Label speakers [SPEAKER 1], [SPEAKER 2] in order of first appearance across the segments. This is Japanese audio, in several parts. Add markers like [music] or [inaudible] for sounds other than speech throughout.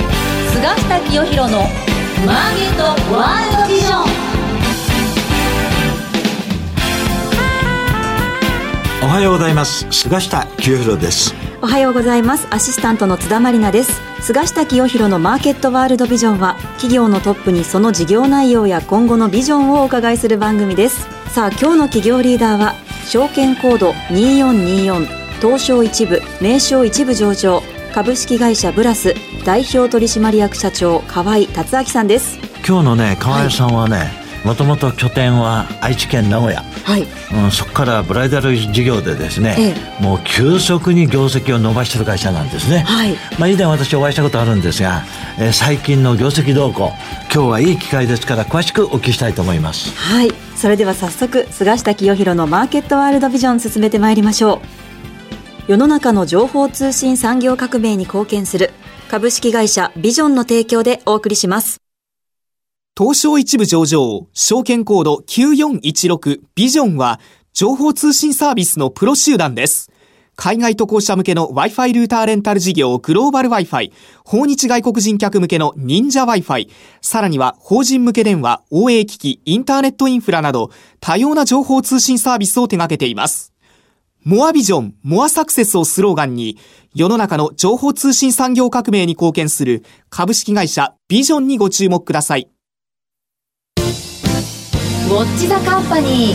[SPEAKER 1] 菅下清宏のマーケットワールドビジョン
[SPEAKER 2] おはようございます菅下清弘です
[SPEAKER 3] おはようございますアシスタントの津田まりなです菅下清弘のマーケットワールドビジョンは企業のトップにその事業内容や今後のビジョンをお伺いする番組ですさあ今日の企業リーダーは証券コード2424東証一部名称一部上場株式会社ブラス代表取締役社長河合達明さんです
[SPEAKER 4] 今日のね河合さんはね、もともと拠点は愛知県名古屋、
[SPEAKER 3] はい
[SPEAKER 4] うん、そこからブライダル事業でですね、
[SPEAKER 3] え
[SPEAKER 4] もう急速に業績を伸ばしてる会社なんですね、
[SPEAKER 3] はい
[SPEAKER 4] まあ、以前私お会いしたことあるんですが、えー最近の業績動向今日はいい機会ですから詳しくお聞きしたいと思います
[SPEAKER 3] はいそれでは早速菅下清弘のマーケットワールドビジョン進めてまいりましょう世の中の情報通信産業革命に貢献する株式会社ビジョンの提供でお送りします
[SPEAKER 5] 東証一部上場、証券コード9416ビジョンは、情報通信サービスのプロ集団です。海外渡航者向けの Wi-Fi ルーターレンタル事業グローバル Wi-Fi、訪日外国人客向けの忍者 Wi-Fi、さらには法人向け電話、応援機器、インターネットインフラなど、多様な情報通信サービスを手掛けています。モアビジョン、モアサクセスをスローガンに、世の中の情報通信産業革命に貢献する株式会社ビジョンにご注目ください。
[SPEAKER 1] ウォッチザカンパニー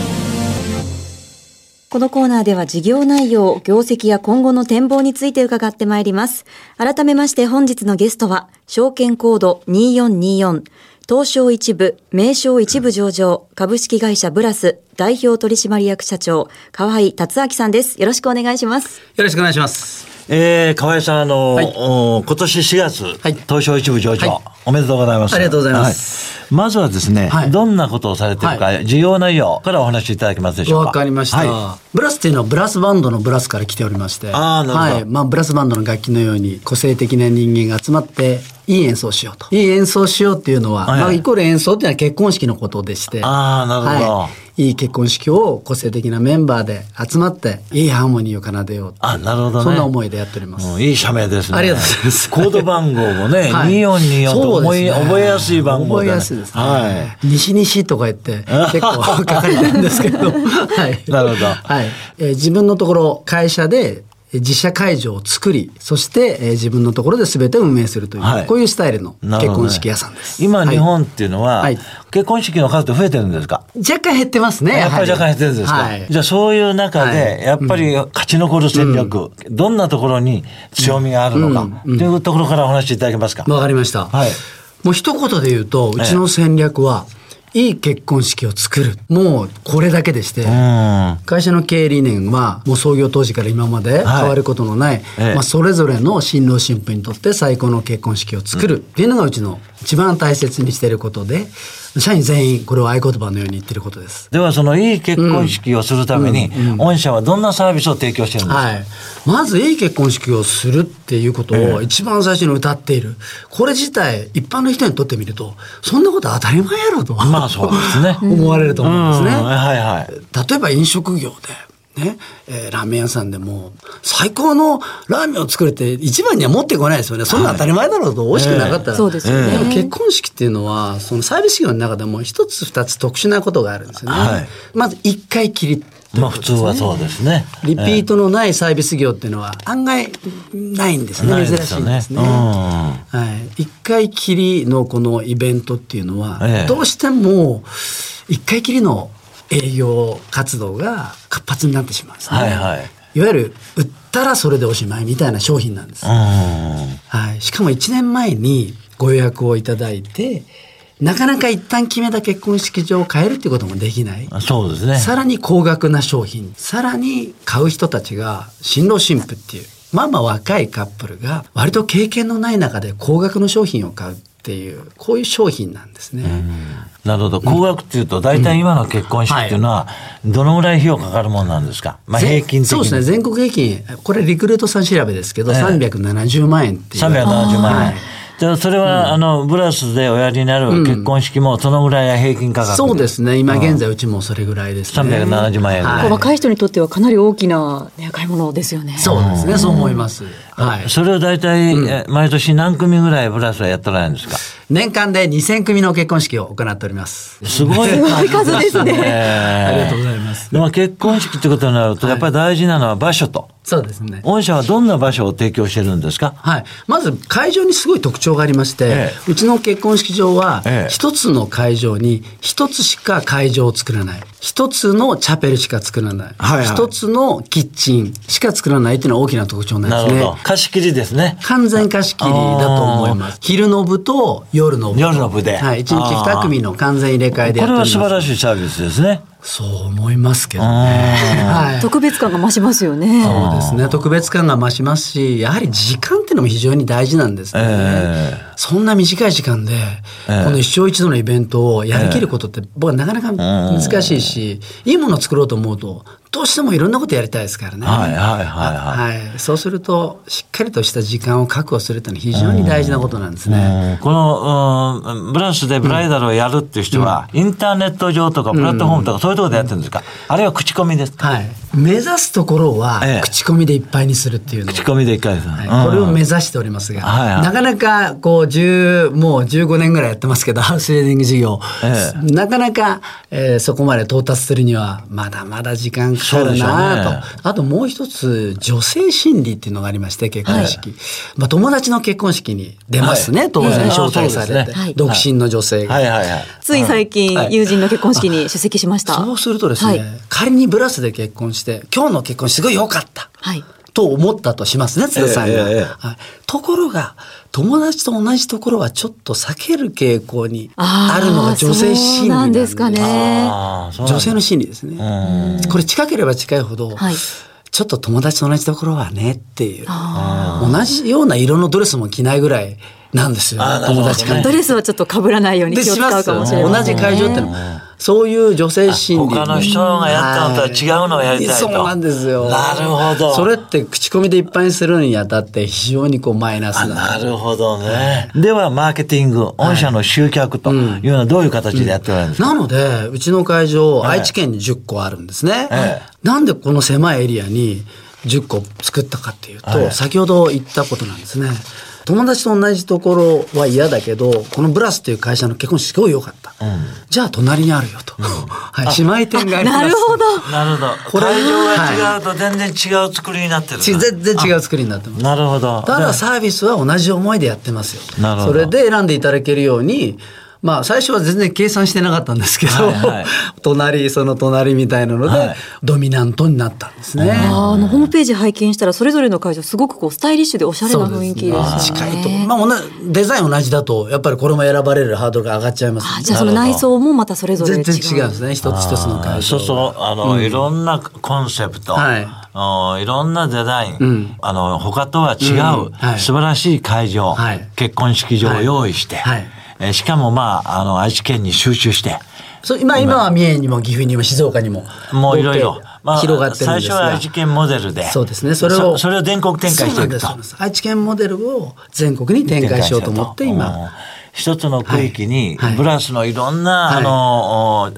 [SPEAKER 3] このコーナーでは事業内容、業績や今後の展望について伺ってまいります。改めまして本日のゲストは、証券コード2424、東証一部、名称一部上場、株式会社ブラス、代表取締役社長、河合達明さんです。よろしくお願いします。
[SPEAKER 6] よろしくお願いします。
[SPEAKER 4] えー、河合さんあの、
[SPEAKER 6] はい
[SPEAKER 4] お今年4月、
[SPEAKER 6] い
[SPEAKER 4] 東証一部上場、
[SPEAKER 6] はい
[SPEAKER 4] おめでとうございます
[SPEAKER 6] ありがとうございます、
[SPEAKER 4] はいまずはですね、
[SPEAKER 6] はい
[SPEAKER 4] どんなことをされてるか、
[SPEAKER 6] は
[SPEAKER 4] 事業内容からお話しいただけますでしょうか
[SPEAKER 6] わかりました、
[SPEAKER 4] はい
[SPEAKER 6] ブラスっていうのはブラスバンドのブラスから来ておりまして、
[SPEAKER 4] あーなるほど
[SPEAKER 6] はい、まあブラスバンドの楽器のように個性的な人間が集まっていい演奏をしようと。いい演奏をしようっていうのは、
[SPEAKER 4] はい
[SPEAKER 6] まあイコール演奏っていうのは結婚式のことでして、
[SPEAKER 4] あーなるほど
[SPEAKER 6] い、いい結婚式を個性的なメンバーで集まっていいハーモニーを奏でようっていう
[SPEAKER 4] あなるほどね
[SPEAKER 6] そんな思いでやっております。
[SPEAKER 4] うんいい社名ですね。
[SPEAKER 6] ありがとうございます
[SPEAKER 4] コード番号もね、
[SPEAKER 6] はい
[SPEAKER 4] 2424と
[SPEAKER 6] そう
[SPEAKER 4] 思い、
[SPEAKER 6] ですね
[SPEAKER 4] 覚えやすい番号
[SPEAKER 6] 覚
[SPEAKER 4] で、
[SPEAKER 6] えやすいですね。
[SPEAKER 4] は
[SPEAKER 6] 西西とか
[SPEAKER 4] [laughs]
[SPEAKER 6] 言って結構書かれてるんですけど。はい。
[SPEAKER 4] なるほど
[SPEAKER 6] はい。えー自分のところ会社でえー自社会場を作り、そして、えー自分のところで全て運営するという、
[SPEAKER 4] はい
[SPEAKER 6] こういうスタイルの
[SPEAKER 4] い。なる
[SPEAKER 6] 結
[SPEAKER 4] ほどね
[SPEAKER 6] 婚式屋さんです。
[SPEAKER 4] 今、
[SPEAKER 6] はい
[SPEAKER 4] 日本っていうのは、
[SPEAKER 6] はい
[SPEAKER 4] 結婚式の数って増えてるんですか
[SPEAKER 6] 若干減ってますね。
[SPEAKER 4] やっぱり
[SPEAKER 6] は
[SPEAKER 4] 若
[SPEAKER 6] り
[SPEAKER 4] 干減ってるんですか、
[SPEAKER 6] はい
[SPEAKER 4] じゃあそういう中で、
[SPEAKER 6] はい
[SPEAKER 4] やっぱり勝ち残る戦略、どんなところに強みがあるのか、
[SPEAKER 6] うんうん
[SPEAKER 4] というところからお話しいただけますか、
[SPEAKER 6] わかりました。
[SPEAKER 4] はい
[SPEAKER 6] もう一言で言うと、うちの戦略は、いい結婚式を作る。もうこれだけでして、
[SPEAKER 4] うん。
[SPEAKER 6] 会社の経営理念はもう創業当時から今まで変わることのない、
[SPEAKER 4] ええ
[SPEAKER 6] まあ、それぞれの新郎新婦にとって最高の結婚式を作るっていうのがうちの一番大切にしていることで社員全員これを合言葉のように言ってることです。
[SPEAKER 4] ではそのいい結婚式をするために、御社はどんなサービスを提供してるんですか、
[SPEAKER 6] はい、まずいい結婚式をするっていうことを一番最初に歌っている、これ自体一般の人にとってみるとそんなこと当たり前やろと、
[SPEAKER 4] まあそうですね
[SPEAKER 6] [laughs] 思われると思うんですね。
[SPEAKER 4] うんはいはい。
[SPEAKER 6] 例えば飲食業で、ねえーラーメン屋さんでも最高のラーメンを作るって一番には持ってこないですよねそんな当たり前だろうと美味しくなかったら、
[SPEAKER 3] ええそうですよね
[SPEAKER 6] でも結婚式っていうのはそのサービス業の中でも一つ二つ特殊なことがあるんですよね、
[SPEAKER 4] はい
[SPEAKER 6] まず一回きり
[SPEAKER 4] まあ普通はそうですね。
[SPEAKER 6] リピートのないサービス業っていうのは案外ないんですね、
[SPEAKER 4] ない
[SPEAKER 6] 珍
[SPEAKER 4] です
[SPEAKER 6] しい
[SPEAKER 4] よ
[SPEAKER 6] ん
[SPEAKER 4] ね
[SPEAKER 6] ですね。
[SPEAKER 4] うん
[SPEAKER 6] はい、一回きりのこのイベントっていうのは、
[SPEAKER 4] ええ
[SPEAKER 6] どうしても一回きりの営業活動が活発になってしまうんですね。
[SPEAKER 4] はいはい
[SPEAKER 6] いわゆる売ったらそれでおしまいみたいな商品なんです。
[SPEAKER 4] うん
[SPEAKER 6] はい、しかも1年前にご予約をいただいてなかなか一旦決めた結婚式場を変えるっていうこともできない。
[SPEAKER 4] あそうですね。
[SPEAKER 6] さらに高額な商品さらに買う人たちが新郎新婦っていうまあまあ若いカップルが割と経験のない中で高額の商品を買うっていうこういう商品なんですね。
[SPEAKER 4] なるほど。高額っていうと、大体今の結婚式っていうのは、どのぐらい費用かかるもんなんですかまあ
[SPEAKER 6] ぜ
[SPEAKER 4] 平均的に。
[SPEAKER 6] そうですね全国平均これリクルートさん調べですけど、
[SPEAKER 4] ええ
[SPEAKER 6] 370万円っていう
[SPEAKER 4] 370万
[SPEAKER 6] は
[SPEAKER 4] 円
[SPEAKER 6] い。
[SPEAKER 4] じゃあそれは、あの、ブラスでおやりになる結婚式も、そのぐらいが平均価格。
[SPEAKER 6] そうですね今現在うちもそれぐらいですね。
[SPEAKER 4] 370万円ぐらい
[SPEAKER 6] はい
[SPEAKER 3] 若い人にとってはかなり大きな、ね、買い物ですよね。
[SPEAKER 6] そうですねそう思います。はい
[SPEAKER 4] それを大体、え毎年何組ぐらいブラスはやってないんですか
[SPEAKER 6] 年間で2000組の結婚式を行っております。
[SPEAKER 4] すごい数です
[SPEAKER 6] [laughs]
[SPEAKER 4] ね。あ
[SPEAKER 6] りがとうございます。
[SPEAKER 4] でも結婚式ってことになると、やっぱり大事なのは場所と。
[SPEAKER 6] そうですね。
[SPEAKER 4] 御社はどんな場所を提供してるんですか
[SPEAKER 6] はい、まず会場にすごい特徴がありまして、
[SPEAKER 4] え
[SPEAKER 6] うちの結婚式場は
[SPEAKER 4] ええ
[SPEAKER 6] 一つの会場に一つしか会場を作らない一つのチャペルしか作らない一、
[SPEAKER 2] はいはい
[SPEAKER 6] つのキッチンしか作らないというのは大きな特徴な
[SPEAKER 4] なんる
[SPEAKER 6] です
[SPEAKER 4] ほど。。
[SPEAKER 6] ね
[SPEAKER 4] 貸し切りですね。
[SPEAKER 6] 完全貸し切りだと思います。昼の部と夜の部。
[SPEAKER 4] 夜の部で
[SPEAKER 6] はい。一日二組の完全入れ替えでや
[SPEAKER 4] こ
[SPEAKER 6] って
[SPEAKER 4] れ
[SPEAKER 6] おり
[SPEAKER 4] は
[SPEAKER 6] ます。
[SPEAKER 4] 素晴らしいサービスですね。
[SPEAKER 6] そう思いますけどね。
[SPEAKER 4] うん
[SPEAKER 6] はい。
[SPEAKER 3] 特別感が増しますよね。
[SPEAKER 6] そうですね特別感が増しますしやはり時間っていうのも非常に大事なんですね、
[SPEAKER 4] え
[SPEAKER 6] そんな短い時間で、
[SPEAKER 4] ええ
[SPEAKER 6] この一生一度のイベントをやりきることって僕はなかなか難しいし、いいものを作ろうと思うとどうしてもいろんなことやりたいですからね。
[SPEAKER 4] はいはいはいはい。
[SPEAKER 6] はいそうするとしっかりとした時間を確保するというのは非常に大事なことなんですね。
[SPEAKER 4] この、うんブラスでブライダルをやるっていう人は、インターネット上とかプラットフォームとかそういうところでやってるんですか、あるいは口コミですか、
[SPEAKER 6] はい、目指すところは
[SPEAKER 4] ええ
[SPEAKER 6] 口コミでいっぱいにするっていうのを
[SPEAKER 4] 口コミで一回です、
[SPEAKER 6] はい
[SPEAKER 4] うん
[SPEAKER 6] これを目指しておりますが、
[SPEAKER 4] はいはい
[SPEAKER 6] なかなかこう10もう15年ぐらいやってますけどハウスウェディング事業、
[SPEAKER 4] え
[SPEAKER 6] なかなか、えーそこまで到達するにはまだまだ時間かか
[SPEAKER 4] そうで
[SPEAKER 6] る
[SPEAKER 4] しょう
[SPEAKER 6] なと、
[SPEAKER 4] ね
[SPEAKER 6] あともう一つ女性心理っていうのがありまして結婚式、まあ、友達の結婚式に出ますね、
[SPEAKER 4] はい
[SPEAKER 6] 当
[SPEAKER 4] ええ
[SPEAKER 6] 然招待
[SPEAKER 4] そう
[SPEAKER 6] さ
[SPEAKER 4] です
[SPEAKER 6] れて、
[SPEAKER 4] ね
[SPEAKER 3] はい
[SPEAKER 6] 独身の女性が。
[SPEAKER 4] はいはいはい。
[SPEAKER 3] つい最近、
[SPEAKER 6] はい
[SPEAKER 3] 友人の結婚式に出席しました。
[SPEAKER 6] そうするとですね、
[SPEAKER 3] はい
[SPEAKER 6] 仮にブラスで結婚して今日の結婚すごい良かった、
[SPEAKER 3] はい。
[SPEAKER 6] と思ったとしますね津田さんが、
[SPEAKER 2] ええええ
[SPEAKER 6] はいところが友達と同じところはちょっと避ける傾向にあるのが女性
[SPEAKER 3] あ
[SPEAKER 6] 心理
[SPEAKER 3] ーそうな
[SPEAKER 6] なん
[SPEAKER 3] ん
[SPEAKER 6] で
[SPEAKER 3] ですすかね。
[SPEAKER 4] ああ、そうなんだ
[SPEAKER 6] 女性の心理ですねこれ近ければ近いほど、
[SPEAKER 3] はい
[SPEAKER 6] ちょっと友達と同じところはねっていう同じような色のドレスも着ないぐらいなんですよ
[SPEAKER 4] あーなるほど
[SPEAKER 6] 友
[SPEAKER 4] ね
[SPEAKER 6] 達から
[SPEAKER 3] ドレスはちょっと被らないように
[SPEAKER 6] で
[SPEAKER 3] 気を
[SPEAKER 6] し
[SPEAKER 3] 使
[SPEAKER 6] ま
[SPEAKER 3] う
[SPEAKER 6] す
[SPEAKER 3] か
[SPEAKER 6] よ
[SPEAKER 3] もし
[SPEAKER 6] ね
[SPEAKER 3] れま
[SPEAKER 6] 同
[SPEAKER 3] せ
[SPEAKER 6] じ
[SPEAKER 3] んね。
[SPEAKER 6] 会場ってのはそういう女性心理
[SPEAKER 4] 他の人がやったのとは違うのをやりたいと
[SPEAKER 6] そうなんですよ
[SPEAKER 4] なるほど
[SPEAKER 6] それって口コミでいっぱいにするにあたって非常にこうマイナス
[SPEAKER 4] あ
[SPEAKER 6] な
[SPEAKER 4] なるほどね。では、マーケティング、御社の集客というのはどういう形でやっておられるんですか、
[SPEAKER 6] なので、うちの会場、
[SPEAKER 4] ええ
[SPEAKER 6] 愛知県に10個あるんですね。
[SPEAKER 4] ええ
[SPEAKER 6] なんでこの狭いエリアに10個作ったかっていうと、
[SPEAKER 4] はい
[SPEAKER 6] 先ほど言ったことなんですね。友達と同じところは嫌だけど、このブラスっていう会社の結婚式すごい良かった。じゃあ隣にあるよと。はい、姉妹店があります。
[SPEAKER 3] なるほど。
[SPEAKER 4] なるほ
[SPEAKER 6] こ
[SPEAKER 4] ど。
[SPEAKER 6] れ
[SPEAKER 4] 会場が違うと全然違う作りになってるな。
[SPEAKER 6] ち全然違う作りになってます。
[SPEAKER 4] なるほど。
[SPEAKER 6] ただサービスは同じ思いでやってますよ。
[SPEAKER 4] なるほ
[SPEAKER 6] そ
[SPEAKER 4] ど
[SPEAKER 6] れで選んでいただけるように、まあ最初は全然計算してなかったんですけど、
[SPEAKER 4] はいはい
[SPEAKER 6] [laughs] 隣、その隣みたいなので、
[SPEAKER 4] はい
[SPEAKER 6] ドミナントになったんですね。
[SPEAKER 3] あーあのホームページ拝見したらそれぞれの会場すごくこうスタイリッシュでおしゃれな雰囲気でした
[SPEAKER 6] 近いと。
[SPEAKER 3] ね。
[SPEAKER 6] まあ同じ、デザイン同じだと、やっぱりこれも選ばれるハードルが上がっちゃいま
[SPEAKER 3] あ
[SPEAKER 6] す
[SPEAKER 3] じゃあその内装もまたそれぞれ違
[SPEAKER 6] 全
[SPEAKER 3] う。
[SPEAKER 6] 然違うんですね、一つ一つの会場。
[SPEAKER 4] そうそう、あの、いろんなコンセプト、
[SPEAKER 6] はい
[SPEAKER 4] あのいろんなデザイン、
[SPEAKER 6] うん
[SPEAKER 4] あの、他とは違う、
[SPEAKER 6] うんはい
[SPEAKER 4] 素晴らしい会場、
[SPEAKER 6] はい
[SPEAKER 4] 結婚式場を用意して、
[SPEAKER 6] はいはい
[SPEAKER 4] えーしかもまあ、あの、愛知県に集中して、
[SPEAKER 6] そう今今は三重にも岐阜にも静岡にも
[SPEAKER 4] もういろいろ、まあ、
[SPEAKER 6] 広がってるん
[SPEAKER 4] 最
[SPEAKER 6] です
[SPEAKER 4] 初
[SPEAKER 6] が、
[SPEAKER 4] は愛知県モデルで、
[SPEAKER 6] そうですねそれを
[SPEAKER 4] そそれを全国展開していくと
[SPEAKER 6] そうなん。ですそうなんです愛知県モデルを全国に展開しようと思って
[SPEAKER 4] うん
[SPEAKER 6] 今。
[SPEAKER 4] 一つの区域に
[SPEAKER 6] はいはい
[SPEAKER 4] ブラスのいろんな、
[SPEAKER 6] はい
[SPEAKER 4] あのお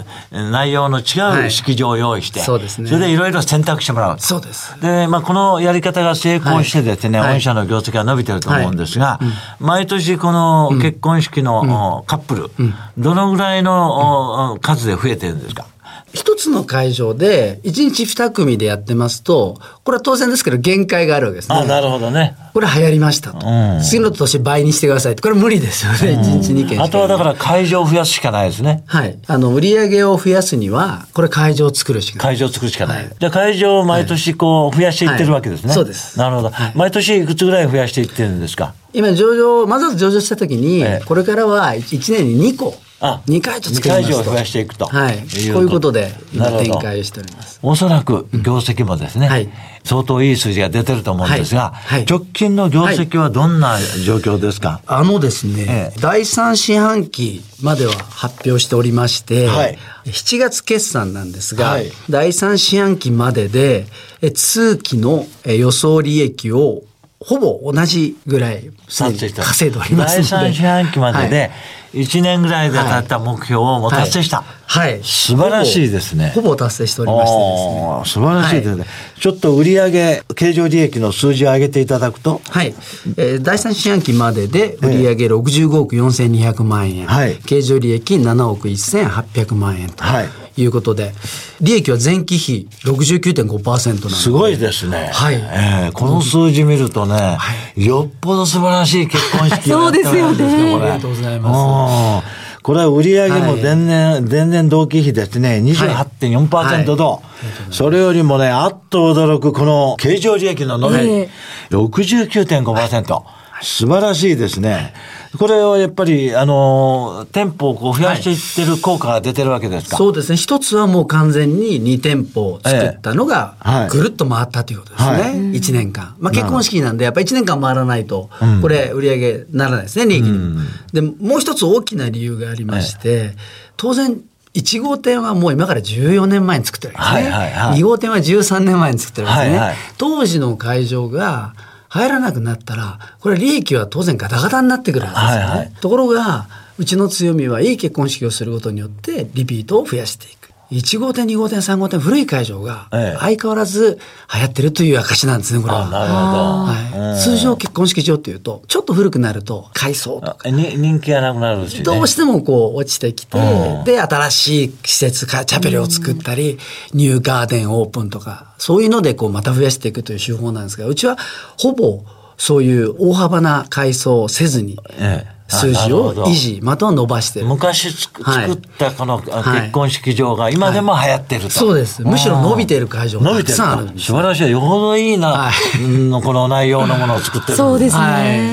[SPEAKER 4] 内容の違う式場を用意して、
[SPEAKER 6] はいそうですね
[SPEAKER 4] れでいろいろ選択してもらうと
[SPEAKER 6] そうです
[SPEAKER 4] で、まあ、このやり方が成功してですね、
[SPEAKER 6] はい
[SPEAKER 4] 御社の業績が伸びてると思うんですが、毎年この結婚式の、おカップル、どのぐらいの、おお数で増えてるんですか
[SPEAKER 6] 一つの会場で一日二組でやってますとこれは当然ですけど限界があるわけですね。
[SPEAKER 4] あなるほどね。
[SPEAKER 6] これ流行りましたと、
[SPEAKER 4] うん
[SPEAKER 6] 次の年倍にしてくださいってこれ無理ですよね、一日二件しか
[SPEAKER 4] あとはだから会場を増やすしかないですね。
[SPEAKER 6] はいあの売り上げを増やすにはこれ会場を作るしかな
[SPEAKER 4] 会
[SPEAKER 6] い
[SPEAKER 4] 場を作るしかない。
[SPEAKER 6] はい
[SPEAKER 4] じゃあ会場を毎年こう増やしていってるわけですね。
[SPEAKER 6] はいそうです
[SPEAKER 4] なるほど、
[SPEAKER 6] はい
[SPEAKER 4] 毎年いくつぐらい増やしていってるんですか
[SPEAKER 6] 今上場まずは上場した時に、
[SPEAKER 4] ええ
[SPEAKER 6] これからは一年に2個
[SPEAKER 4] あ
[SPEAKER 6] 2回と作りますと
[SPEAKER 4] 二会場を増やしていくと
[SPEAKER 6] はい
[SPEAKER 4] いうこと
[SPEAKER 6] こういうことで今
[SPEAKER 4] なるほど
[SPEAKER 6] 展開しております
[SPEAKER 4] おそらく業績もですね、
[SPEAKER 6] はい
[SPEAKER 4] 相当いい数字が出てると思うんですが、
[SPEAKER 6] はいはい
[SPEAKER 4] 直近の業績はどんな状況ですか、
[SPEAKER 6] あのですね、
[SPEAKER 4] ええ
[SPEAKER 6] 第3四半期までは発表しておりまして、
[SPEAKER 4] はい
[SPEAKER 6] 7月決算なんですが、
[SPEAKER 4] はい
[SPEAKER 6] 第3四半期まででえ通期のえ予想利益をほぼ同じぐらい
[SPEAKER 4] 達成した
[SPEAKER 6] 稼いでおりますので
[SPEAKER 4] 第3四半期までで1年ぐらいで立った目標をもう達成した、
[SPEAKER 6] はい、はい
[SPEAKER 4] 素晴らしいですね
[SPEAKER 6] ほぼほぼ達成しておりましてですね
[SPEAKER 4] おー素晴らしいですね、
[SPEAKER 6] は
[SPEAKER 4] ちょっと売上経常利益の数字を上げていただくと
[SPEAKER 6] はい、えー第3四半期までで売上65億4200万円、
[SPEAKER 4] はい
[SPEAKER 6] 経常利益7億1800万円と
[SPEAKER 4] はい
[SPEAKER 6] いうことで、利益は前期比69.5%なんです
[SPEAKER 4] ごいですね。
[SPEAKER 6] はい
[SPEAKER 4] ええこの数字見るとね、よっぽど素晴らしい結婚式をやってるんです
[SPEAKER 3] そうですよね
[SPEAKER 4] これ
[SPEAKER 6] ありがとうございま
[SPEAKER 4] うんこれは売上も前年、前年同期比ですね、
[SPEAKER 6] はい
[SPEAKER 4] 28.4%と、それよりもね、あっと驚くこの経常利益の伸び、
[SPEAKER 3] え
[SPEAKER 4] 69.5%、素晴らしいですね。これをやっぱり、あの、店舗をこう増やしていってる効果が出てるわけですか。
[SPEAKER 6] そうですね一つはもう完全に2店舗を作ったのが
[SPEAKER 4] ええはい
[SPEAKER 6] ぐるっと回ったということですね、
[SPEAKER 4] はい
[SPEAKER 6] 1年間、まあ、結婚式なんでやっぱり1年間回らないと
[SPEAKER 4] うん
[SPEAKER 6] これ売り上げならないですね利益にも。でもう一つ大きな理由がありまして当然1号店はもう今から14年前に作ってるわけですね、
[SPEAKER 4] はいはいはい
[SPEAKER 6] 2号店は13年前に作ってるわけですね、
[SPEAKER 4] はいはい
[SPEAKER 6] 当時の会場が入らなくなったらこれ利益は当然ガタガタになってくるわけですよね、
[SPEAKER 4] はいはい
[SPEAKER 6] ところがうちの強みはいい結婚式をすることによってリピートを増やしていく1号店2号店3号店古い会場が
[SPEAKER 4] ええ
[SPEAKER 6] 相変わらず流行ってるという証なんですねこれは。
[SPEAKER 4] あなるほど。
[SPEAKER 6] は
[SPEAKER 4] う
[SPEAKER 6] い、
[SPEAKER 4] ん
[SPEAKER 6] 通常結婚式場っていうとちょっと古くなると改装とか
[SPEAKER 4] に人気がなくなるし、ね、
[SPEAKER 6] どうしてもこう落ちてきて、
[SPEAKER 4] うん
[SPEAKER 6] で新しい施設かチャペルを作ったり、ニューガーデンオープンとかそういうのでこうまた増やしていくという手法なんですがうちはほぼそういう大幅な改装をせずに
[SPEAKER 4] ええあ
[SPEAKER 6] 数字
[SPEAKER 4] なるほ
[SPEAKER 6] を
[SPEAKER 4] ど
[SPEAKER 6] 維持または伸ばしてる
[SPEAKER 4] 昔つく
[SPEAKER 6] はい
[SPEAKER 4] 作ったこのあ
[SPEAKER 6] はい
[SPEAKER 4] 結婚式場が今でも流行ってると、
[SPEAKER 6] そうですむしろ伸びてる会場が
[SPEAKER 4] 伸
[SPEAKER 6] た
[SPEAKER 4] びて
[SPEAKER 6] く
[SPEAKER 4] る
[SPEAKER 6] さんあるん
[SPEAKER 4] と
[SPEAKER 6] です
[SPEAKER 4] 素晴らしいよほどいいな、
[SPEAKER 6] は
[SPEAKER 4] うんこの内容のものを作ってる
[SPEAKER 3] そうですね、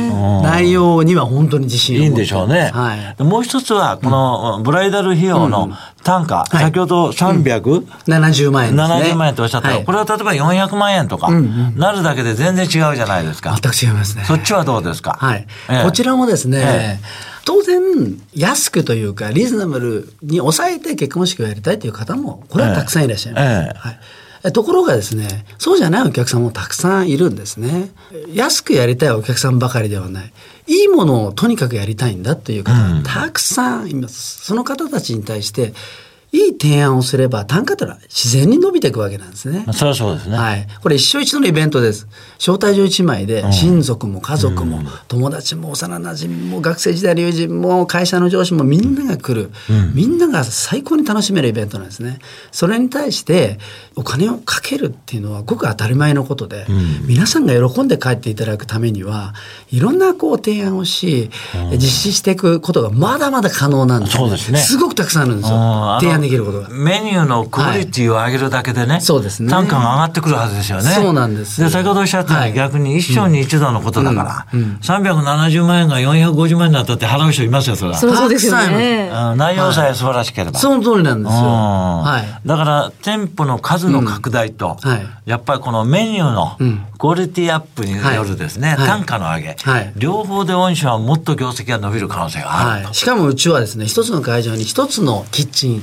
[SPEAKER 6] はい、内容には本当に自信を
[SPEAKER 4] いい
[SPEAKER 6] 持
[SPEAKER 4] ん
[SPEAKER 6] って
[SPEAKER 4] でしょうね、
[SPEAKER 6] はい、
[SPEAKER 4] もう一つはこのブライダル費用の単価、
[SPEAKER 6] い
[SPEAKER 4] 先ほど370
[SPEAKER 6] 70万円ですね
[SPEAKER 4] 万円とおっしゃったら、
[SPEAKER 6] はい
[SPEAKER 4] これは例えば400万円とかなるだけで全然違うじゃないですか、
[SPEAKER 6] 全く違いますね
[SPEAKER 4] そっちはどうですか、
[SPEAKER 6] はい
[SPEAKER 4] ええ
[SPEAKER 6] こちらもですね、
[SPEAKER 4] え
[SPEAKER 6] 当然安くというかリーズナブルに抑えて結婚式をやりたいという方もこれはたくさんいらっしゃいます、
[SPEAKER 4] ええ
[SPEAKER 6] はいえところがですねそうじゃないお客さんもたくさんいるんですね安くやりたいお客さんばかりではないいいものをとにかくやりたいんだという方がたくさんいます、その方たちに対していい提案をすれば単価というのは自然に伸びていくわけなんですね、
[SPEAKER 4] まあそれはそうですね、
[SPEAKER 6] はい、これ一生一度のイベントです招待状1枚で親族も家族も友達も幼なじみも学生時代の友人も会社の上司もみんなが来る、みんなが最高に楽しめるイベントなんですねそれに対してお金をかけるっていうのはごく当たり前のことで、皆さんが喜んで帰っていただくためにはいろんなこう提案をし、実施していくことがまだまだ可能なんです
[SPEAKER 4] そうですね
[SPEAKER 6] すごくたくさんあるんですよ
[SPEAKER 4] うんあの
[SPEAKER 6] 提案できることが。
[SPEAKER 4] メニューのクオリティを上げるだけでね、
[SPEAKER 6] そうですね
[SPEAKER 4] 単価が上がってくるはずですよね。
[SPEAKER 6] そうなんです
[SPEAKER 4] で、先ほどおっしゃったよう
[SPEAKER 6] は
[SPEAKER 4] に
[SPEAKER 6] い
[SPEAKER 4] 逆に一生に一度のことだから、370万円が450万円になったって払う人いますよ、それは。
[SPEAKER 3] そりゃそうですよね
[SPEAKER 4] うん内容さえ素晴らしければ。
[SPEAKER 6] その通りなんですよ。
[SPEAKER 4] うん
[SPEAKER 6] はい。
[SPEAKER 4] だから店舗の数の拡大と、
[SPEAKER 6] うんはい
[SPEAKER 4] やっぱりこのメニューの
[SPEAKER 6] うん
[SPEAKER 4] クオリティアップによるですね、
[SPEAKER 6] はいはい
[SPEAKER 4] 単価の上げ、
[SPEAKER 6] はい
[SPEAKER 4] 両方で御社はもっと業績が伸びる可能性があると。
[SPEAKER 6] はい、しかもうちはですね一つの会場に一つのキッチン、
[SPEAKER 4] ええ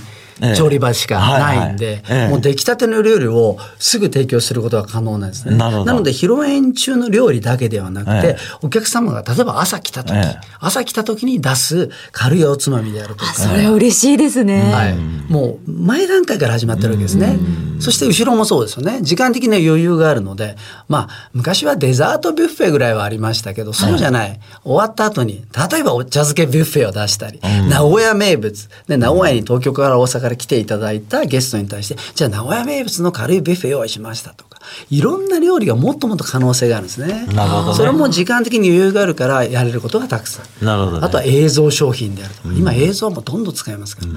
[SPEAKER 6] 調理場しかないん
[SPEAKER 4] はいは
[SPEAKER 6] で、
[SPEAKER 4] いええ
[SPEAKER 6] もう出来たての料理をすぐ提供することが可能なんですね
[SPEAKER 4] なるほど
[SPEAKER 6] ので披露宴中の料理だけではなくて、
[SPEAKER 4] ええ
[SPEAKER 6] お客様が例えば朝来た時、
[SPEAKER 4] ええ
[SPEAKER 6] 朝来た時に出す軽いおつまみであるとか、
[SPEAKER 3] それは嬉しいですね、
[SPEAKER 6] はい、もう前段階から始まってるわけですね。そして後ろもそうですよね。時間的な余裕があるので、まあ、昔はデザートビュッフェぐらいはありましたけど、そうじゃない。終わった後に、例えばお茶漬けビュッフェを出したり、名古屋名物、で、名古屋に東京から大阪から来ていただいたゲストに対して、じゃあ名古屋名物の軽いビュッフェ用意しましたとか、いろんな料理がもっともっと可能性があるんですね。
[SPEAKER 4] なるほどね
[SPEAKER 6] それも時間的に余裕があるからやれることがたくさん。
[SPEAKER 4] なるほどね
[SPEAKER 6] あとは映像商品であるとか、今映像もどんどん使えますから、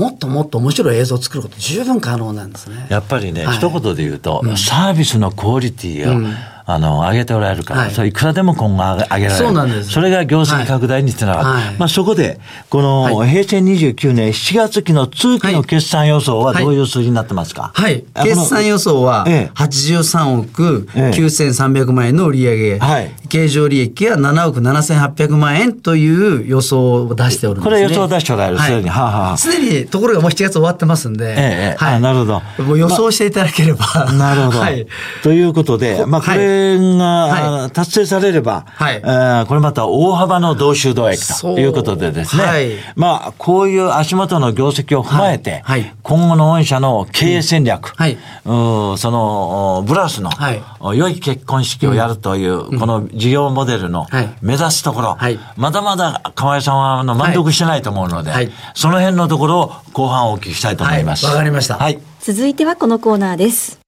[SPEAKER 6] もっともっと面白い映像を作ること十分可能なんですね。
[SPEAKER 4] やっぱりね、
[SPEAKER 6] はい
[SPEAKER 4] 一言で言うと、サービスのクオリティを、あの上げておられるから、
[SPEAKER 6] はい
[SPEAKER 4] い、それいくらでも今後上げ上げられる
[SPEAKER 6] そうなんです
[SPEAKER 4] それが業績拡大につながる、
[SPEAKER 6] はい
[SPEAKER 4] まあ、そこでこの
[SPEAKER 6] はい
[SPEAKER 4] 平成29年7月期の通期の決算予想は
[SPEAKER 6] はい
[SPEAKER 4] どういう数字になってますか、
[SPEAKER 6] はい
[SPEAKER 4] あ、
[SPEAKER 6] 決算予想は
[SPEAKER 4] ええ
[SPEAKER 6] 83億
[SPEAKER 4] ええ
[SPEAKER 6] 9300万円の売り上げ、
[SPEAKER 4] はい
[SPEAKER 6] 経常利益が7億7800万円という予想を出しておるんです、ね、
[SPEAKER 4] これ予想を出しておられる
[SPEAKER 6] はい
[SPEAKER 4] すでにはあはあ
[SPEAKER 6] すでにところがもう7月終わってますんで、
[SPEAKER 4] ええあなるほど
[SPEAKER 6] もう予想していただければ、
[SPEAKER 4] なるほど、
[SPEAKER 6] [laughs] はい、
[SPEAKER 4] ということで、まあ、こ
[SPEAKER 6] はい
[SPEAKER 4] れ、成が、
[SPEAKER 6] は
[SPEAKER 4] 達成されれば、
[SPEAKER 6] はい
[SPEAKER 4] えーこれまた大幅の同州同益
[SPEAKER 6] そう
[SPEAKER 4] ということでですね、
[SPEAKER 6] はい
[SPEAKER 4] まあ、こういう足元の業績を踏まえて、
[SPEAKER 6] はいはい
[SPEAKER 4] 今後の御社の経営戦略、
[SPEAKER 6] はい
[SPEAKER 4] うんその、おブラウスの、
[SPEAKER 6] はい
[SPEAKER 4] お良い結婚式をやるという、この事業モデルの
[SPEAKER 6] はい
[SPEAKER 4] 目指すところ、
[SPEAKER 6] はい
[SPEAKER 4] まだまだ河合さんはあの満足してないと思うので、
[SPEAKER 6] はい
[SPEAKER 4] その辺のところを後半お聞きしたいと思います。
[SPEAKER 6] はいわかりました
[SPEAKER 4] はい
[SPEAKER 3] 続いてはこのコーナーです。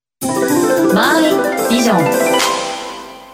[SPEAKER 1] マイビジョン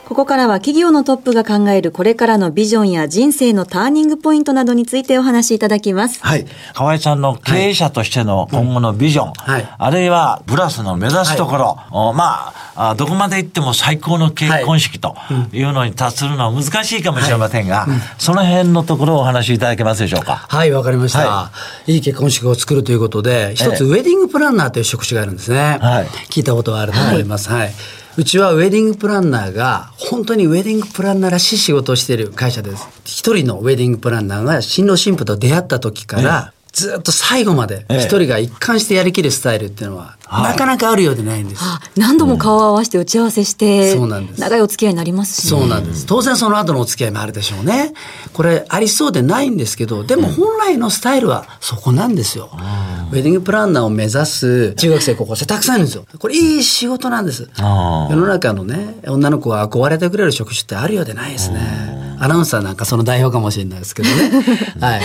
[SPEAKER 3] ここからは企業のトップが考えるこれからのビジョンや人生のターニングポイントなどについてお話しいただきます。
[SPEAKER 4] はい。河合さんの経営者としての今後のビジョン、
[SPEAKER 6] はい
[SPEAKER 4] あるいはブラスの目指すところ、おまああ、どこまで行っても最高の結婚式というのに達するのは難しいかもしれませんが、その辺のところをお話しいただけますでしょうか。
[SPEAKER 6] はい、わかりました、。
[SPEAKER 4] はい
[SPEAKER 6] い結婚式を作るということで、一つ
[SPEAKER 4] ええ
[SPEAKER 6] ウェディングプランナーという職種があるんですね。
[SPEAKER 4] はい
[SPEAKER 6] 聞いたことはあると思います。はい。うちはウェディングプランナーが本当にウェディングプランナーらしい仕事をしている会社です。一人のウェディングプランナーが新郎新婦と出会った時から、ずっと最後まで
[SPEAKER 4] ええ
[SPEAKER 6] 一人が一貫してやりきるスタイルっていうのは、
[SPEAKER 4] はい
[SPEAKER 6] なかなかあるようでないんです。
[SPEAKER 3] あ何度も顔を合わせて打ち合わせして、
[SPEAKER 6] そうなんです
[SPEAKER 3] 長いお付き合いになりますし、ね。
[SPEAKER 6] そうなんです。当然その後のお付き合いもあるでしょうね。これありそうでないんですけど、でも本来のスタイルはそこなんですよ。ウェディングプランナーを目指す中学生、高校生たくさんいるんですよ。これいい仕事なんです。世
[SPEAKER 4] あー
[SPEAKER 6] の中のね、女の子が憧れてくれる職種ってあるようでないですね。アナウンサーなんかその代表かもしれないですけど [laughs] ね。はい。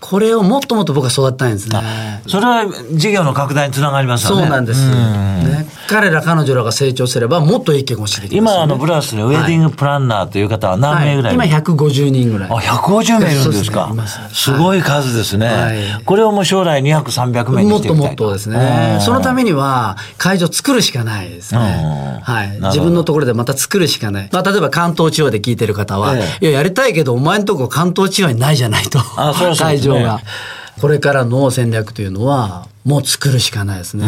[SPEAKER 6] これをもっともっと僕は育てたいんですね。
[SPEAKER 4] それは事業の拡大につながりますよ
[SPEAKER 6] そ
[SPEAKER 4] ね。
[SPEAKER 6] うなんです。ね、彼ら彼女らが成長すればもっといい結婚式できますよ
[SPEAKER 4] 今、
[SPEAKER 6] ね、
[SPEAKER 4] あの、ブラスでウェディングプランナーという方は何名ぐらいいるんですか
[SPEAKER 6] はい、今150人ぐらい。
[SPEAKER 4] あ、150名いるんですか
[SPEAKER 6] そうですねいます
[SPEAKER 4] すごい数ですね、
[SPEAKER 6] はい
[SPEAKER 4] これをもう将来200、300名に
[SPEAKER 6] も
[SPEAKER 4] し
[SPEAKER 6] って
[SPEAKER 4] いきた
[SPEAKER 6] と
[SPEAKER 4] い
[SPEAKER 6] もっとですね。そのためには会場作るしかないですね。
[SPEAKER 4] うん
[SPEAKER 6] はい。
[SPEAKER 4] なるほど
[SPEAKER 6] 自分のところでまた作るしかない。まあ例えば関東地方で聞いてる方は、
[SPEAKER 4] え
[SPEAKER 6] いややりたいけどお前のとこ関東地方にないじゃないと。
[SPEAKER 4] あそうそう
[SPEAKER 6] 会場が
[SPEAKER 4] ね。
[SPEAKER 6] これからの戦略というのはもう作るしかないですね。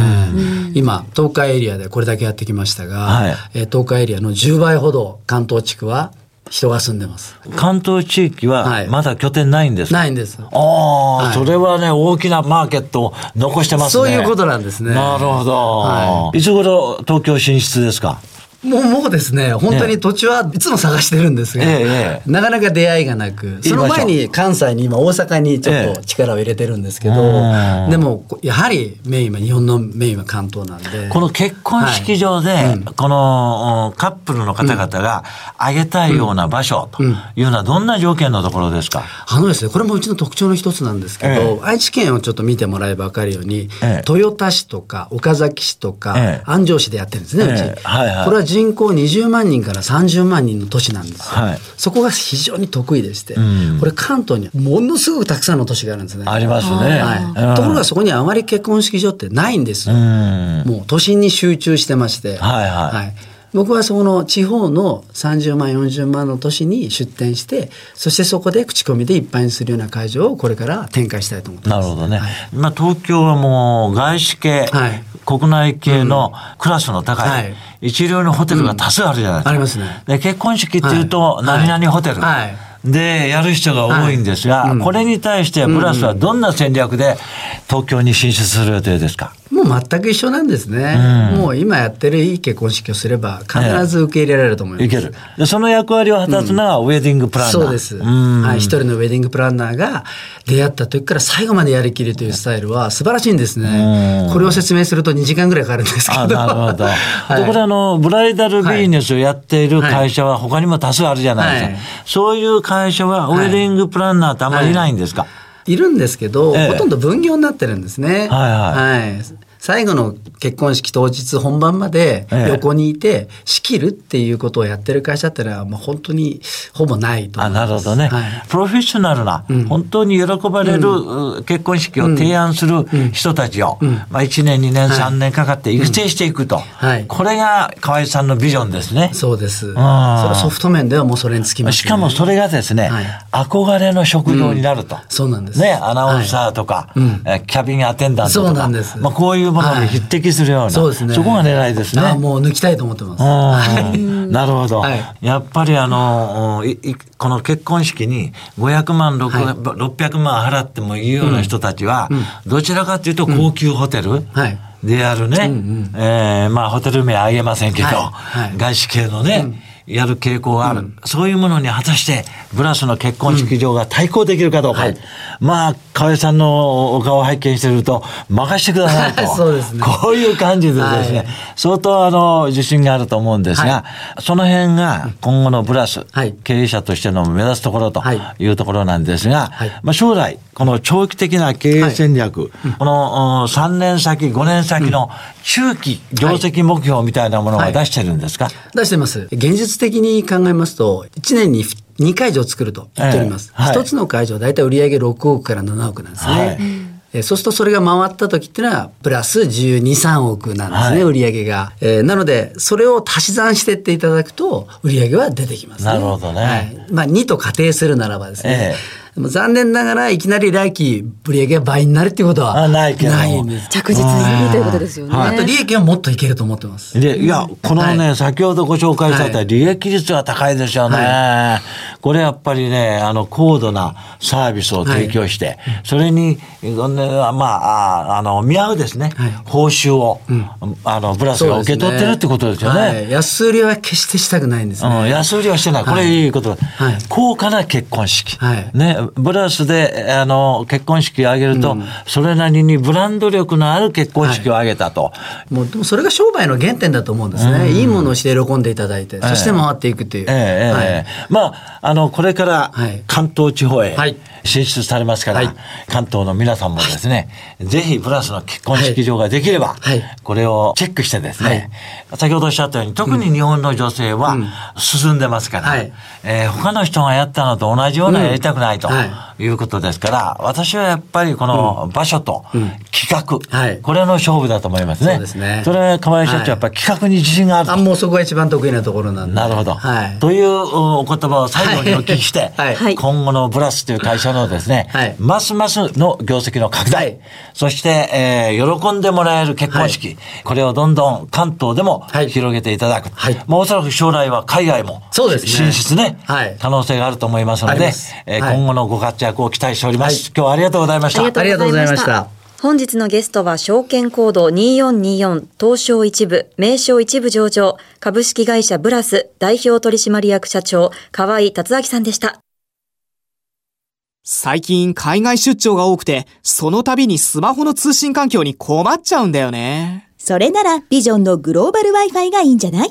[SPEAKER 6] 今東海エリアでこれだけやってきましたが、
[SPEAKER 4] はい
[SPEAKER 6] えー東海エリアの10倍ほど関東地区は人が住んでます。
[SPEAKER 4] 関東地域
[SPEAKER 6] は
[SPEAKER 4] はいまだ拠点ないんですか、
[SPEAKER 6] ないんです。
[SPEAKER 4] ああ、
[SPEAKER 6] はい
[SPEAKER 4] それはね、大きなマーケットを残してますね。
[SPEAKER 6] そういうことなんですね
[SPEAKER 4] なるほど。、
[SPEAKER 6] はい
[SPEAKER 4] つ頃東京進出ですか
[SPEAKER 6] もう、もうですね、本当
[SPEAKER 4] え
[SPEAKER 6] に
[SPEAKER 4] え
[SPEAKER 6] 土地はいつも探してるんですが、
[SPEAKER 4] ええええ
[SPEAKER 6] なかなか出会いがなく、その前に関西に今大阪にちょっ
[SPEAKER 4] え
[SPEAKER 6] と
[SPEAKER 4] え
[SPEAKER 6] 力を入れてるんですけど、
[SPEAKER 4] うん
[SPEAKER 6] でも、こやはりメインは、日本のメインは関東なんで。
[SPEAKER 4] この結婚式場で、
[SPEAKER 6] はいうん
[SPEAKER 4] このうんカップルの方々が挙げたいような場所というのはどんな条件のところですか、
[SPEAKER 6] あのですね、これもうちの特徴の一つなんですけど、
[SPEAKER 4] ええ
[SPEAKER 6] 愛知県をちょっと見てもらえば分かるように、
[SPEAKER 4] ええ
[SPEAKER 6] 豊田市とか岡崎市とか、
[SPEAKER 4] ええ
[SPEAKER 6] 安城市でやってるんですね、うち、
[SPEAKER 4] ええはいはい
[SPEAKER 6] これは人口20万人から30万人の都市なんですよ、
[SPEAKER 4] はい
[SPEAKER 6] そこが非常に得意でして、
[SPEAKER 4] ん
[SPEAKER 6] これ関東にはものすごくたくさんの都市があるんですね。
[SPEAKER 4] ありますね。
[SPEAKER 6] はい
[SPEAKER 4] うん
[SPEAKER 6] ところがそこにあまり結婚式場ってないんです
[SPEAKER 4] う
[SPEAKER 6] よ。
[SPEAKER 4] ん。
[SPEAKER 6] もう都心に集中してまして、
[SPEAKER 4] はいはい
[SPEAKER 6] 僕はそこの地方の30万40万の都市に出店してそしてそこで口コミでいっぱいにするような会場をこれから展開したいと思って
[SPEAKER 4] な
[SPEAKER 6] ま
[SPEAKER 4] る
[SPEAKER 6] す。
[SPEAKER 4] ほどね。まあ東京はもう外資系、
[SPEAKER 6] はい
[SPEAKER 4] 国内系のクラスの高い、
[SPEAKER 6] はい
[SPEAKER 4] 一流のホテルが多数あるじゃないですか。
[SPEAKER 6] ありますね
[SPEAKER 4] で結婚式っていうと、
[SPEAKER 6] はい
[SPEAKER 4] 何々ホテル。
[SPEAKER 6] はい
[SPEAKER 4] でやる人が多いんですが、
[SPEAKER 6] はいうん
[SPEAKER 4] これに対してブラスはどんな戦略で東京に進出する予定ですか、
[SPEAKER 6] もう全く一緒なんですね、
[SPEAKER 4] うん
[SPEAKER 6] もう今やってるいい結婚式をすれば必ず受け入れられると思います。
[SPEAKER 4] いけるでその役割を果たすのがウェディングプランナー、
[SPEAKER 6] そうです、
[SPEAKER 4] ん
[SPEAKER 6] はい、一人のウェディングプランナーが出会った時から最後までやりきるというスタイルは素晴らしいんですね
[SPEAKER 4] うん
[SPEAKER 6] これを説明すると2時間ぐらいかかるんですけ
[SPEAKER 4] あ
[SPEAKER 6] ど
[SPEAKER 4] なるほど。
[SPEAKER 6] [laughs] はい
[SPEAKER 4] ところあの、ブライダルビジネスをやっている会社は他にも多数あるじゃないですか。
[SPEAKER 6] はい
[SPEAKER 4] そういう会社はウ
[SPEAKER 6] はい
[SPEAKER 4] ェディングプランナーってあんまりいないんですか、
[SPEAKER 6] いるんですけど、
[SPEAKER 4] ええ
[SPEAKER 6] ほとんど分業になってるんですね。、
[SPEAKER 4] はい
[SPEAKER 6] 最後の結婚式当日本番まで
[SPEAKER 4] ええ
[SPEAKER 6] 横にいて仕切るっていうことをやってる会社ってのはもう本当にほぼないと思
[SPEAKER 4] あ
[SPEAKER 6] いま
[SPEAKER 4] な
[SPEAKER 6] す。
[SPEAKER 4] るほどね、
[SPEAKER 6] はい
[SPEAKER 4] プロフェッショナルな、
[SPEAKER 6] うん
[SPEAKER 4] 本当に喜ばれる、う結婚式を提案する人たちを、
[SPEAKER 6] ん
[SPEAKER 4] まあ、1年2年
[SPEAKER 6] はい
[SPEAKER 4] 3年かかって育成していくと、
[SPEAKER 6] はい
[SPEAKER 4] これが河合さんのビジョンですね。
[SPEAKER 6] そうです。それ
[SPEAKER 4] あ
[SPEAKER 6] はソフト面ではもうそれにつきます、
[SPEAKER 4] しかもそれがですね、
[SPEAKER 6] はい
[SPEAKER 4] 憧れの職業になると、
[SPEAKER 6] そうなんです。
[SPEAKER 4] ね、アナウンサーとか、
[SPEAKER 6] はいうん
[SPEAKER 4] えーキャビンアテンダントとか、
[SPEAKER 6] そうなんです
[SPEAKER 4] まあ、こういうものに匹敵するような、
[SPEAKER 6] はいそうですね
[SPEAKER 4] こが狙いですね。
[SPEAKER 6] あもう抜きたいと思ってます。
[SPEAKER 4] うんなるほど、
[SPEAKER 6] はい
[SPEAKER 4] やっぱりあの、いいこの結婚式に500万、六
[SPEAKER 6] はい
[SPEAKER 4] 600万払ってもいいような人たちは、どちらかというと高級ホテル、
[SPEAKER 6] はい
[SPEAKER 4] であるね、えーまあホテル名あげませんけど、
[SPEAKER 6] はいはい
[SPEAKER 4] 外資系のね、やる傾向がある、そういうものに果たしてブラスの結婚式場が対抗できるかどうか、まあ河合さんのお顔を拝見してると任してくださいと
[SPEAKER 6] [laughs] そうですね
[SPEAKER 4] こういう感じでですね、
[SPEAKER 6] はい
[SPEAKER 4] 相当あの自信があると思うんですが、その辺が今後のブラス、
[SPEAKER 6] はい
[SPEAKER 4] 経営者としての目指すところと
[SPEAKER 6] はい
[SPEAKER 4] いうところなんですが、
[SPEAKER 6] はい
[SPEAKER 4] まあ、将来この長期的な経営戦略、この3年先5年先の中期業績目標みたいなもの
[SPEAKER 6] は
[SPEAKER 4] はい出してるんですか、
[SPEAKER 6] 出してます。現実的に考えますと、1年に2会場作ると言っております。
[SPEAKER 4] ええはい
[SPEAKER 6] 1つの会場、大体売上6億から7億なんですね。
[SPEAKER 4] はい
[SPEAKER 6] えーそうするとそれが回った時っていうのはプラス12、3億なんですね、
[SPEAKER 4] は
[SPEAKER 6] 売上が、えーなので、それを足し算してっていただくと売上は出てきます
[SPEAKER 4] な
[SPEAKER 6] ね。
[SPEAKER 4] るほどね
[SPEAKER 6] はいまあ2と仮定するならばですね。
[SPEAKER 4] え
[SPEAKER 6] でも残念ながらいきなり来期売上が倍になるっていうことは
[SPEAKER 4] あないけども
[SPEAKER 6] ないんです。
[SPEAKER 3] 着実にするということですよね。
[SPEAKER 6] あと利益はもっといけると思ってます。
[SPEAKER 4] で、いや、このね、先ほどご紹介された
[SPEAKER 6] はい
[SPEAKER 4] 利益率は高いですよね。これやっぱりね、あの、高度なサービスを提供して、それに、こんなまあ、ああの、見合うですね、
[SPEAKER 6] はい
[SPEAKER 4] 報酬を、あの、ブラスが受け取ってるってことですよね。
[SPEAKER 6] そうですはい安売りは決してしたくないんですね。
[SPEAKER 4] うん、安売りはしてない。こ
[SPEAKER 6] は
[SPEAKER 4] れ
[SPEAKER 6] い
[SPEAKER 4] いいことだ。
[SPEAKER 6] はい
[SPEAKER 4] 高価な結婚式。
[SPEAKER 6] はい
[SPEAKER 4] ね、ブラスで、あの、結婚式を挙げると、それなりにブランド力のある結婚式を挙げたと。
[SPEAKER 6] もうでもそれが商売の原点だと思うんですね。いいものをして喜んでいただいて、そして回っていくという。
[SPEAKER 4] ええええ
[SPEAKER 6] はい
[SPEAKER 4] ええまあ、あの、これから
[SPEAKER 6] はい
[SPEAKER 4] 関東地方へ
[SPEAKER 6] はい
[SPEAKER 4] 進出されますから、
[SPEAKER 6] はい
[SPEAKER 4] 関東の皆さんもですね、ぜひブラスの結婚式場ができれば、
[SPEAKER 6] はい
[SPEAKER 4] これをチェックしてですね、先ほどおっしゃったように、特に日本の女性は進んでますから、
[SPEAKER 6] はい
[SPEAKER 4] えー他の人がやったのと同じような
[SPEAKER 6] うん
[SPEAKER 4] やりたくないと
[SPEAKER 6] は
[SPEAKER 4] いうことですから、私はやっぱりこの場所と企画、
[SPEAKER 6] はい
[SPEAKER 4] これの勝負だと思いますね。
[SPEAKER 6] そうですね
[SPEAKER 4] それは河合社長、やっぱり企画に自信があると
[SPEAKER 6] あもうそこが一番得意なところなんで。
[SPEAKER 4] なるほど。
[SPEAKER 6] はい。
[SPEAKER 4] というお言葉を最後にお聞きして、
[SPEAKER 6] [laughs] はい
[SPEAKER 3] はい
[SPEAKER 4] 今後のブラスという会社のですね、
[SPEAKER 6] はい
[SPEAKER 4] ますますの業績の拡大、
[SPEAKER 6] はい
[SPEAKER 4] そして、えー喜んでもらえる結婚式、これをどんどん関東でも
[SPEAKER 6] はい
[SPEAKER 4] 広げていただく。
[SPEAKER 6] はい
[SPEAKER 4] まあ、おそらく将来は海外も
[SPEAKER 6] そうですね
[SPEAKER 4] 進出ね、
[SPEAKER 6] はい
[SPEAKER 4] 可能性があると思いますの
[SPEAKER 6] あり
[SPEAKER 4] で
[SPEAKER 6] ます、
[SPEAKER 4] えー
[SPEAKER 6] はい
[SPEAKER 4] 今後のご活躍を期待しております。
[SPEAKER 6] はい
[SPEAKER 4] 今日はありがとうございました。
[SPEAKER 6] ありがとうございました
[SPEAKER 3] 本日のゲストは証券コード2424東証一部名称一部上場株式会社ブラス代表取締役社長河合達明さんでした。
[SPEAKER 5] 最近海外出張が多くて、その度にスマホの通信環境に困っちゃうんだよね。
[SPEAKER 7] それならビジョンのグローバル Wi-Fi がいいんじゃない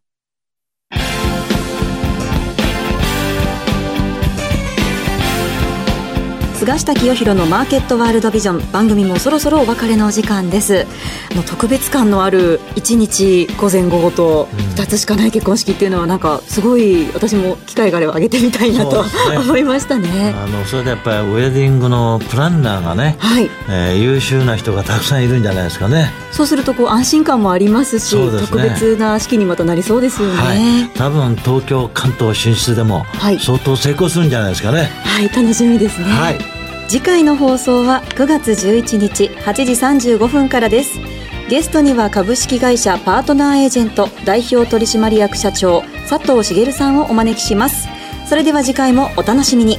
[SPEAKER 3] 菅下清弘のマーケットワールドビジョン番組もそろそろお別れのお時間ですあの特別感のある1日午前午後と2つしかない結婚式っていうのはなんかすごい私も機会があれば上げてみたいな
[SPEAKER 4] そ
[SPEAKER 3] と
[SPEAKER 4] うですね
[SPEAKER 3] [laughs] 思いましたね
[SPEAKER 4] あの、それでやっぱりウェディングのプランナーがね、
[SPEAKER 3] はい
[SPEAKER 4] えー優秀な人がたくさんいるんじゃないですかね。
[SPEAKER 3] そうするとこう安心感もありますし
[SPEAKER 4] そうですね
[SPEAKER 3] 特別な式にまたなりそうですよね
[SPEAKER 4] はい、多分東京関東進出でも
[SPEAKER 3] はい
[SPEAKER 4] 相当成功するんじゃないですかね。
[SPEAKER 3] はい、楽しみですね、
[SPEAKER 4] はい、
[SPEAKER 3] 次回の放送は9月11日8時35分からですゲストには株式会社パートナーエージェント代表取締役社長佐藤茂さんをお招きしますそれでは次回もお楽しみに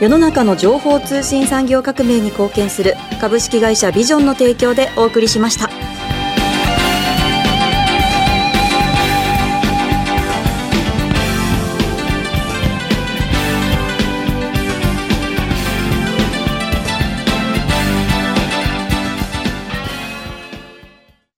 [SPEAKER 3] 世の中の情報通信産業革命に貢献する株式会社ビジョンの提供でお送りしました